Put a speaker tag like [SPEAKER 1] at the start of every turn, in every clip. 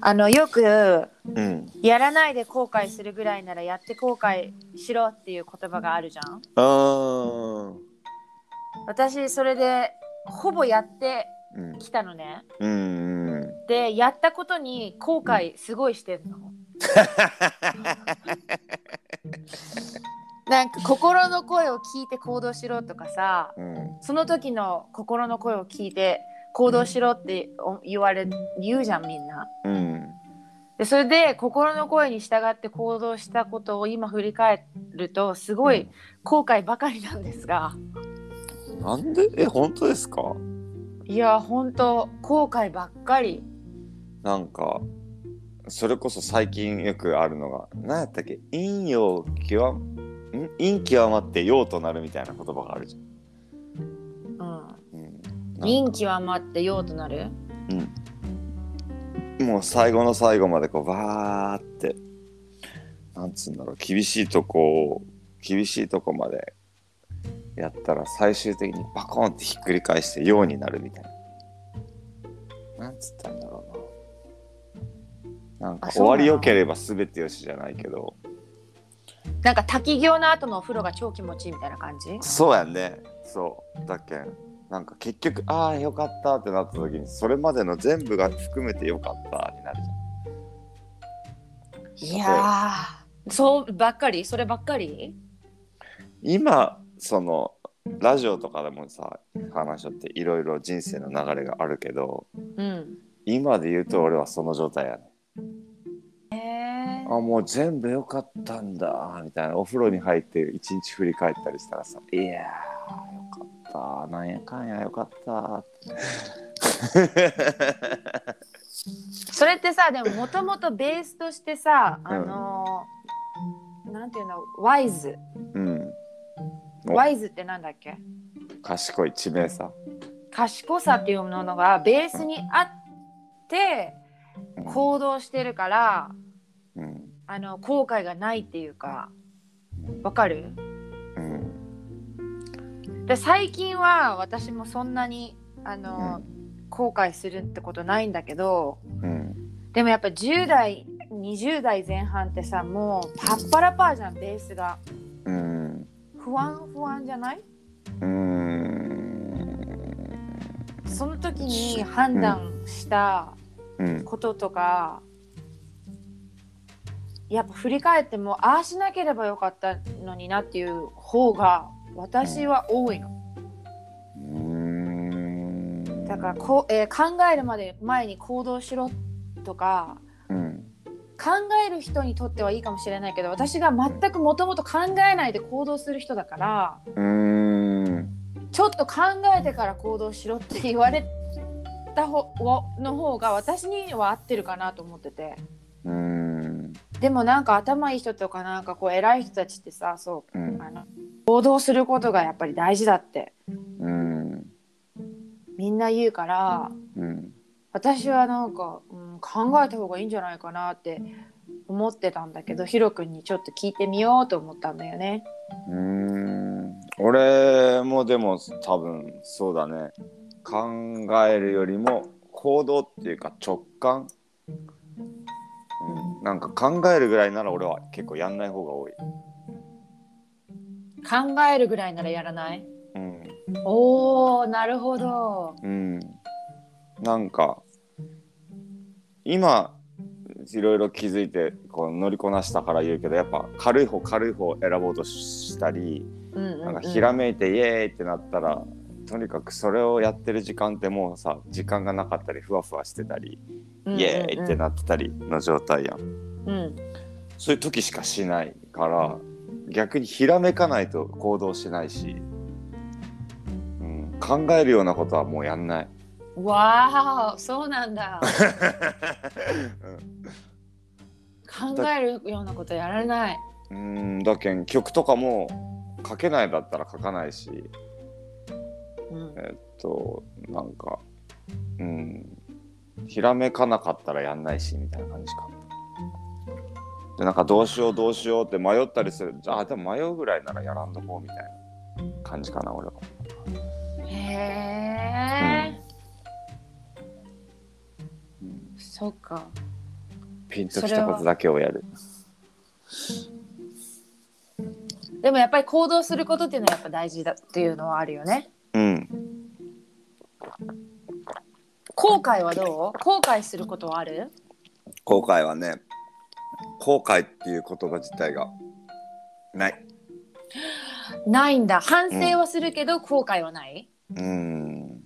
[SPEAKER 1] あのよく
[SPEAKER 2] うん。
[SPEAKER 1] やらないで後悔するぐらいならやって後悔しろっていう言葉があるじゃん
[SPEAKER 2] あー
[SPEAKER 1] 私それでほぼやって
[SPEAKER 2] うん。
[SPEAKER 1] きたのね
[SPEAKER 2] うんうん。
[SPEAKER 1] でやったことに後悔すごいしてんの、なんか心の声を聞いて行動しろとかさ
[SPEAKER 2] うん。
[SPEAKER 1] その時の心の声を聞いて行動しろってお言われ言うじゃんみんな
[SPEAKER 2] うん。
[SPEAKER 1] でそれで心の声に従って行動したことを今振り返るとすごい後悔ばかりなんですが
[SPEAKER 2] なんでえ本当ですか
[SPEAKER 1] いや本当後悔ばっかり
[SPEAKER 2] なんかそれこそ最近よくあるのが何やったっけ陰陽極ん陰極まって陽となるみたいな言葉があるじ
[SPEAKER 1] うん
[SPEAKER 2] ゃん、うん
[SPEAKER 1] 臨機は待って用となる
[SPEAKER 2] うん、もう最後の最後までこうバーってなんつうんだろう厳しいとこを厳しいとこまでやったら最終的にバコンってひっくり返して陽になるみたいななんつったんだろうななんか
[SPEAKER 1] あ
[SPEAKER 2] 終
[SPEAKER 1] そうな
[SPEAKER 2] わ
[SPEAKER 1] の
[SPEAKER 2] りよければ全てよしじゃないけど
[SPEAKER 1] なんか滝行の後のお風呂が超気持ちいいみたいな感じ
[SPEAKER 2] そうやんねそうだっけんなんか結局ああよかったってなった時にそれまでの全部が含めてよかったになる
[SPEAKER 1] いやーそうばっかりそればっかり
[SPEAKER 2] じゃん今そのラジオとかでもさ話しとっていろいろ人生の流れがあるけど
[SPEAKER 1] うん
[SPEAKER 2] 今で言うと俺はその状態やね
[SPEAKER 1] へえ
[SPEAKER 2] あもう全部よかったんだみたいなお風呂に入って一日振り返ったりしたらさいやーよかったなんやかんやよかった
[SPEAKER 1] それってさでももともとベースとしてさあのーなんていうのワイズ
[SPEAKER 2] うんお
[SPEAKER 1] ワイズってなんだっけ
[SPEAKER 2] 賢い知名さ
[SPEAKER 1] 賢さっていうものがベースにあって
[SPEAKER 2] うん
[SPEAKER 1] 行動してるから
[SPEAKER 2] うん
[SPEAKER 1] あの後悔がないっていうかわかる
[SPEAKER 2] うん
[SPEAKER 1] で最近は私もそんなにあの
[SPEAKER 2] う
[SPEAKER 1] ー、後悔するってことないんだけど
[SPEAKER 2] うん
[SPEAKER 1] でもやっぱ10代20代前半ってさもうパッパラパーじゃんベースが
[SPEAKER 2] うん
[SPEAKER 1] 不安不安じゃない
[SPEAKER 2] うん
[SPEAKER 1] その時に判断した
[SPEAKER 2] うん
[SPEAKER 1] こととか、やっぱ振り返ってもああしなければよかったのになっていう方が私は多いの
[SPEAKER 2] うん
[SPEAKER 1] だからこう、えー考えるまで前に行動しろとか
[SPEAKER 2] うん
[SPEAKER 1] 考える人にとってはいいかもしれないけど私が全くもともと考えないで行動する人だから
[SPEAKER 2] うん
[SPEAKER 1] ちょっと考えてから行動しろって言われた方の方が私には合ってるかなと思ってて。
[SPEAKER 2] うん
[SPEAKER 1] でもなんか頭いい人とかなんかこう偉い人たちってさそう
[SPEAKER 2] うん
[SPEAKER 1] あの行動することがやっぱり大事だって
[SPEAKER 2] うん
[SPEAKER 1] みんな言うから
[SPEAKER 2] うん
[SPEAKER 1] 私はなんか、うん、考えた方がいいんじゃないかなって思ってたんだけどヒロ君にちょっと聞いてみようと思ったんだよね。
[SPEAKER 2] うん俺もでも多分そうだね考えるよりも行動っていうか直感うんなんか考えるぐらいなら俺は結構やんない方が多い。
[SPEAKER 1] 考えるぐらいならやらない
[SPEAKER 2] うん
[SPEAKER 1] おーなるほど。
[SPEAKER 2] うん、なんか今いろいろ気づいてこう乗りこなしたから言うけどやっぱ軽い方軽い方を選ぼうとしたり
[SPEAKER 1] うんうん
[SPEAKER 2] なんか
[SPEAKER 1] うん
[SPEAKER 2] ひらめいてイエーイってなったらとにかくそれをやってる時間ってもうさ時間がなかったりふわふわしてたり
[SPEAKER 1] うんうんうん
[SPEAKER 2] イエーイってなってたりの状態やん
[SPEAKER 1] うん
[SPEAKER 2] そういう時しかしないから逆にひらめかないと行動しないし、うん、考えるようなことはもうやんない。
[SPEAKER 1] わあそうなん だ考えるようなことやらない。
[SPEAKER 2] うんだけん曲とかも書けないだったら書かないし
[SPEAKER 1] うん
[SPEAKER 2] えっとなんかうんひらめかなかったらやんないしみたいな感じかでなんかどうしようどうしようって迷ったりするじゃあでも迷うぐらいならやらんとこうみたいな感じかな俺は
[SPEAKER 1] へえ、そっか
[SPEAKER 2] ピンときたことだけをやる
[SPEAKER 1] でもやっぱり行動することっていうのはやっぱ大事だっていうのはあるよね
[SPEAKER 2] うん
[SPEAKER 1] 後悔はどう後悔することはある
[SPEAKER 2] 後悔はね後悔っていう言葉自体がない
[SPEAKER 1] ないんだ反省はするけど、後悔はない
[SPEAKER 2] うん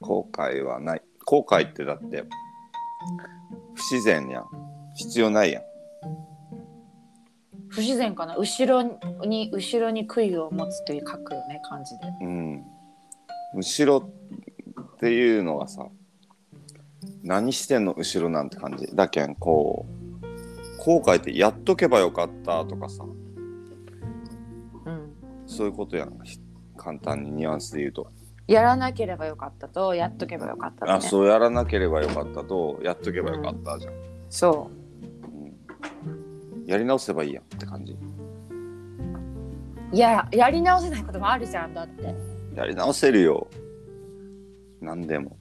[SPEAKER 2] 後悔はない後悔ってだって不自然やん必要ないやん
[SPEAKER 1] 不自然かな後ろに後ろに杭を持つという書くよね感じで
[SPEAKER 2] うん後ろっていうのがさ何してんの後ろなんて感じだけんこう後悔ってやっとけばよかったとかさ
[SPEAKER 1] うん
[SPEAKER 2] そういうことやんひ簡単にニュアンスで言うと、
[SPEAKER 1] やらなければよかったとやっとけばよかったと、ね、
[SPEAKER 2] あそうやらなければよかったとやっとけばよかったじゃん、
[SPEAKER 1] そ
[SPEAKER 2] うんやり直せばいいやんって感じ
[SPEAKER 1] ういややり直せないこともあるじゃんだって
[SPEAKER 2] やり直せるよ何でも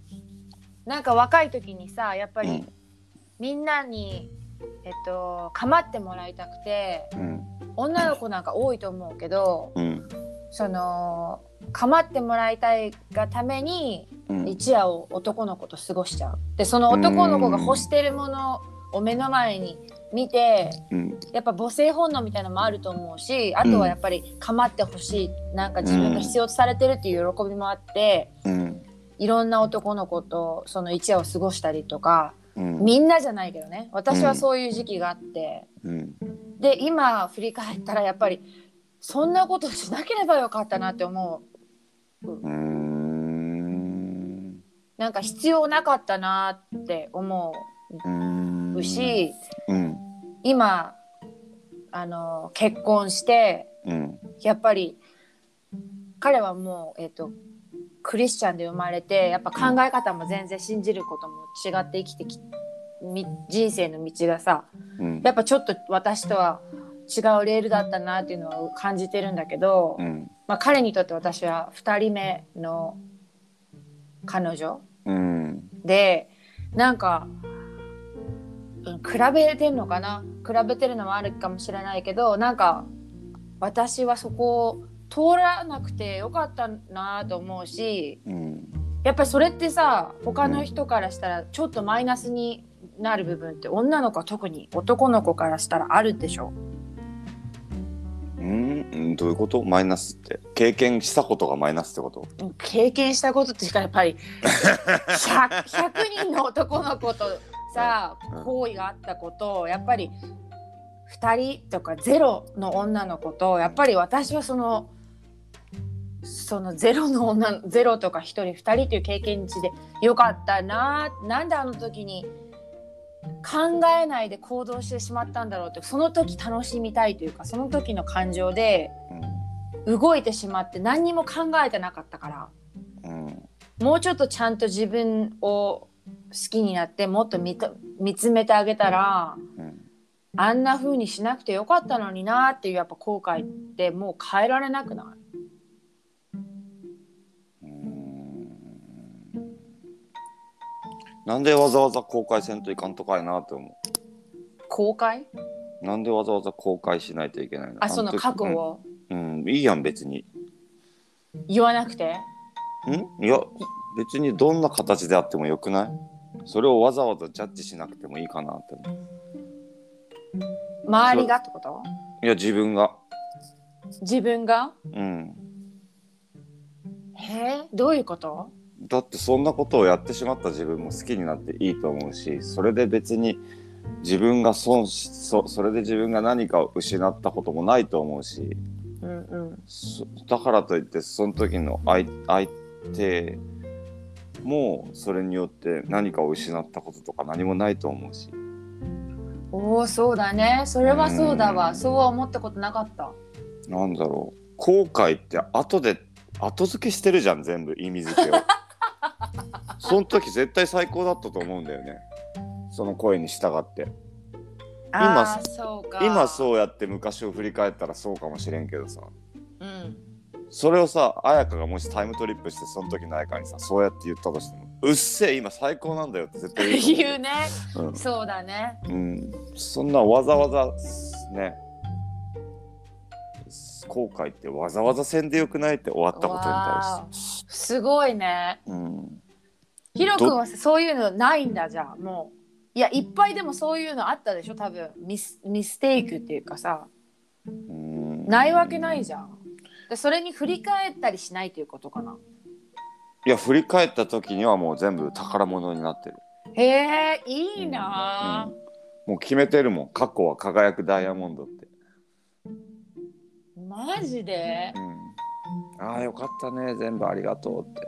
[SPEAKER 1] なんか若い時にさやっぱり、
[SPEAKER 2] うん
[SPEAKER 1] みんなにえっと構ってもらいたくて
[SPEAKER 2] うん
[SPEAKER 1] 女の子なんか多いと思うけど
[SPEAKER 2] うん
[SPEAKER 1] その構ってもらいたいがために
[SPEAKER 2] うん
[SPEAKER 1] 一夜を男の子と過ごしちゃうでその男の子が欲してるものを目の前に見て
[SPEAKER 2] うん
[SPEAKER 1] やっぱ母性本能みたいなのもあると思うしあとはやっぱり構ってほしいなんか自分が必要とされてるっていう喜びもあって
[SPEAKER 2] うん
[SPEAKER 1] いろんな男の子とその一夜を過ごしたりとか
[SPEAKER 2] うん
[SPEAKER 1] みんなじゃないけどね私はそういう時期があって
[SPEAKER 2] うん
[SPEAKER 1] で今振り返ったらやっぱりそんなことしなければよかったなって思う
[SPEAKER 2] うーん
[SPEAKER 1] なんか必要なかったなって思
[SPEAKER 2] うー
[SPEAKER 1] うんし。
[SPEAKER 2] うん
[SPEAKER 1] 今あの結婚して
[SPEAKER 2] うん
[SPEAKER 1] やっぱり彼はもう、えっとクリスチャンで生まれてやっぱ考え方も全然信じることも違って生きてきみ人生の道がさ
[SPEAKER 2] うん
[SPEAKER 1] やっぱちょっと私とは違うレールだったなっていうのは感じてるんだけど、
[SPEAKER 2] うん
[SPEAKER 1] まあ、彼にとって私は2人目の彼女
[SPEAKER 2] うん
[SPEAKER 1] でなんか、うん、比べてんのかな比べてるのもあるかもしれないけどなんか私はそこを通らなくてよかったなと思うし
[SPEAKER 2] うん
[SPEAKER 1] やっぱりそれってさ他の人からしたらちょっとマイナスになる部分って女の子は特に男の子からしたらあるでしょ
[SPEAKER 2] うんどういうことマイナスって経験したことがマイナスってこと
[SPEAKER 1] 経験したことっていうかやっぱり 100, 100人の男の子とさ
[SPEAKER 2] うん
[SPEAKER 1] 行為があったことをやっぱり2人とかゼロの女の子とやっぱり私はそのそのゼロの女ゼロとか1人2人という経験値でよかったななんであの時に考えないで行動してしまったんだろうってその時楽しみたいというかその時の感情で動いてしまって何にも考えてなかったから。
[SPEAKER 2] うんうん
[SPEAKER 1] もうちょっとちゃんと自分を好きになってもっと見と見つめてあげたら
[SPEAKER 2] うん
[SPEAKER 1] あんな風にしなくてよかったのになっていうやっぱ後悔ってもう変えられなくない
[SPEAKER 2] うんなんでわざわざ公開せんといかんとかいなって思
[SPEAKER 1] 後悔
[SPEAKER 2] うなんでわざわざ公開しないといけないの
[SPEAKER 1] あその
[SPEAKER 2] 時
[SPEAKER 1] 覚悟を
[SPEAKER 2] うん、うんいいやん別に
[SPEAKER 1] 言わなくて
[SPEAKER 2] んいや別にどんな形であってもよくないそれをわざわざジャッジしなくてもいいかなって思う
[SPEAKER 1] 周りがってこと
[SPEAKER 2] いや自分が
[SPEAKER 1] 自分が
[SPEAKER 2] うん
[SPEAKER 1] へえどういうこと
[SPEAKER 2] だってそんなことをやってしまった自分も好きになっていいと思うしそれで別に自分が損しそそれで自分が何かを失ったこともないと思うし
[SPEAKER 1] うんうん
[SPEAKER 2] そだからといってその時の相相手もそれによって何かを失ったこととか何もないと思うし
[SPEAKER 1] おおそうだねそれはそうだ
[SPEAKER 2] う
[SPEAKER 1] わ
[SPEAKER 2] ん
[SPEAKER 1] そうは思ったことなかった
[SPEAKER 2] なんだろう後悔って後で後付けしてるじゃん全部意味付けをその時絶対最高だったと思うんだよねその声に従って今
[SPEAKER 1] あーそうか
[SPEAKER 2] 今そうやって昔を振り返ったらそうかもしれんけどさ
[SPEAKER 1] うん
[SPEAKER 2] それをさ綾香がもしタイムトリップしてその時の綾香にさそうやって言ったとしてもうっせえ今最高なんだよって絶対
[SPEAKER 1] 言う
[SPEAKER 2] う
[SPEAKER 1] ね
[SPEAKER 2] と思う
[SPEAKER 1] そうだね
[SPEAKER 2] うん、うん、そんなわざわざね後悔ってわざわざせんでよくないって終わったことに
[SPEAKER 1] わ
[SPEAKER 2] 対して
[SPEAKER 1] ーすごいね
[SPEAKER 2] うん
[SPEAKER 1] ヒロ君はそういうのないんだじゃあもういやいっぱいでもそういうのあったでしょ多分ミスミステイクっていうかさ
[SPEAKER 2] うん
[SPEAKER 1] ないわけないじゃんでそれに振り返ったりしないということかない
[SPEAKER 2] や振り返った時にはもう全部宝物になってる
[SPEAKER 1] へえいいなあ、
[SPEAKER 2] もう決めてるもん過去は輝くダイヤモンドって、
[SPEAKER 1] マジで
[SPEAKER 2] うん、ああよかったね全部ありがとうって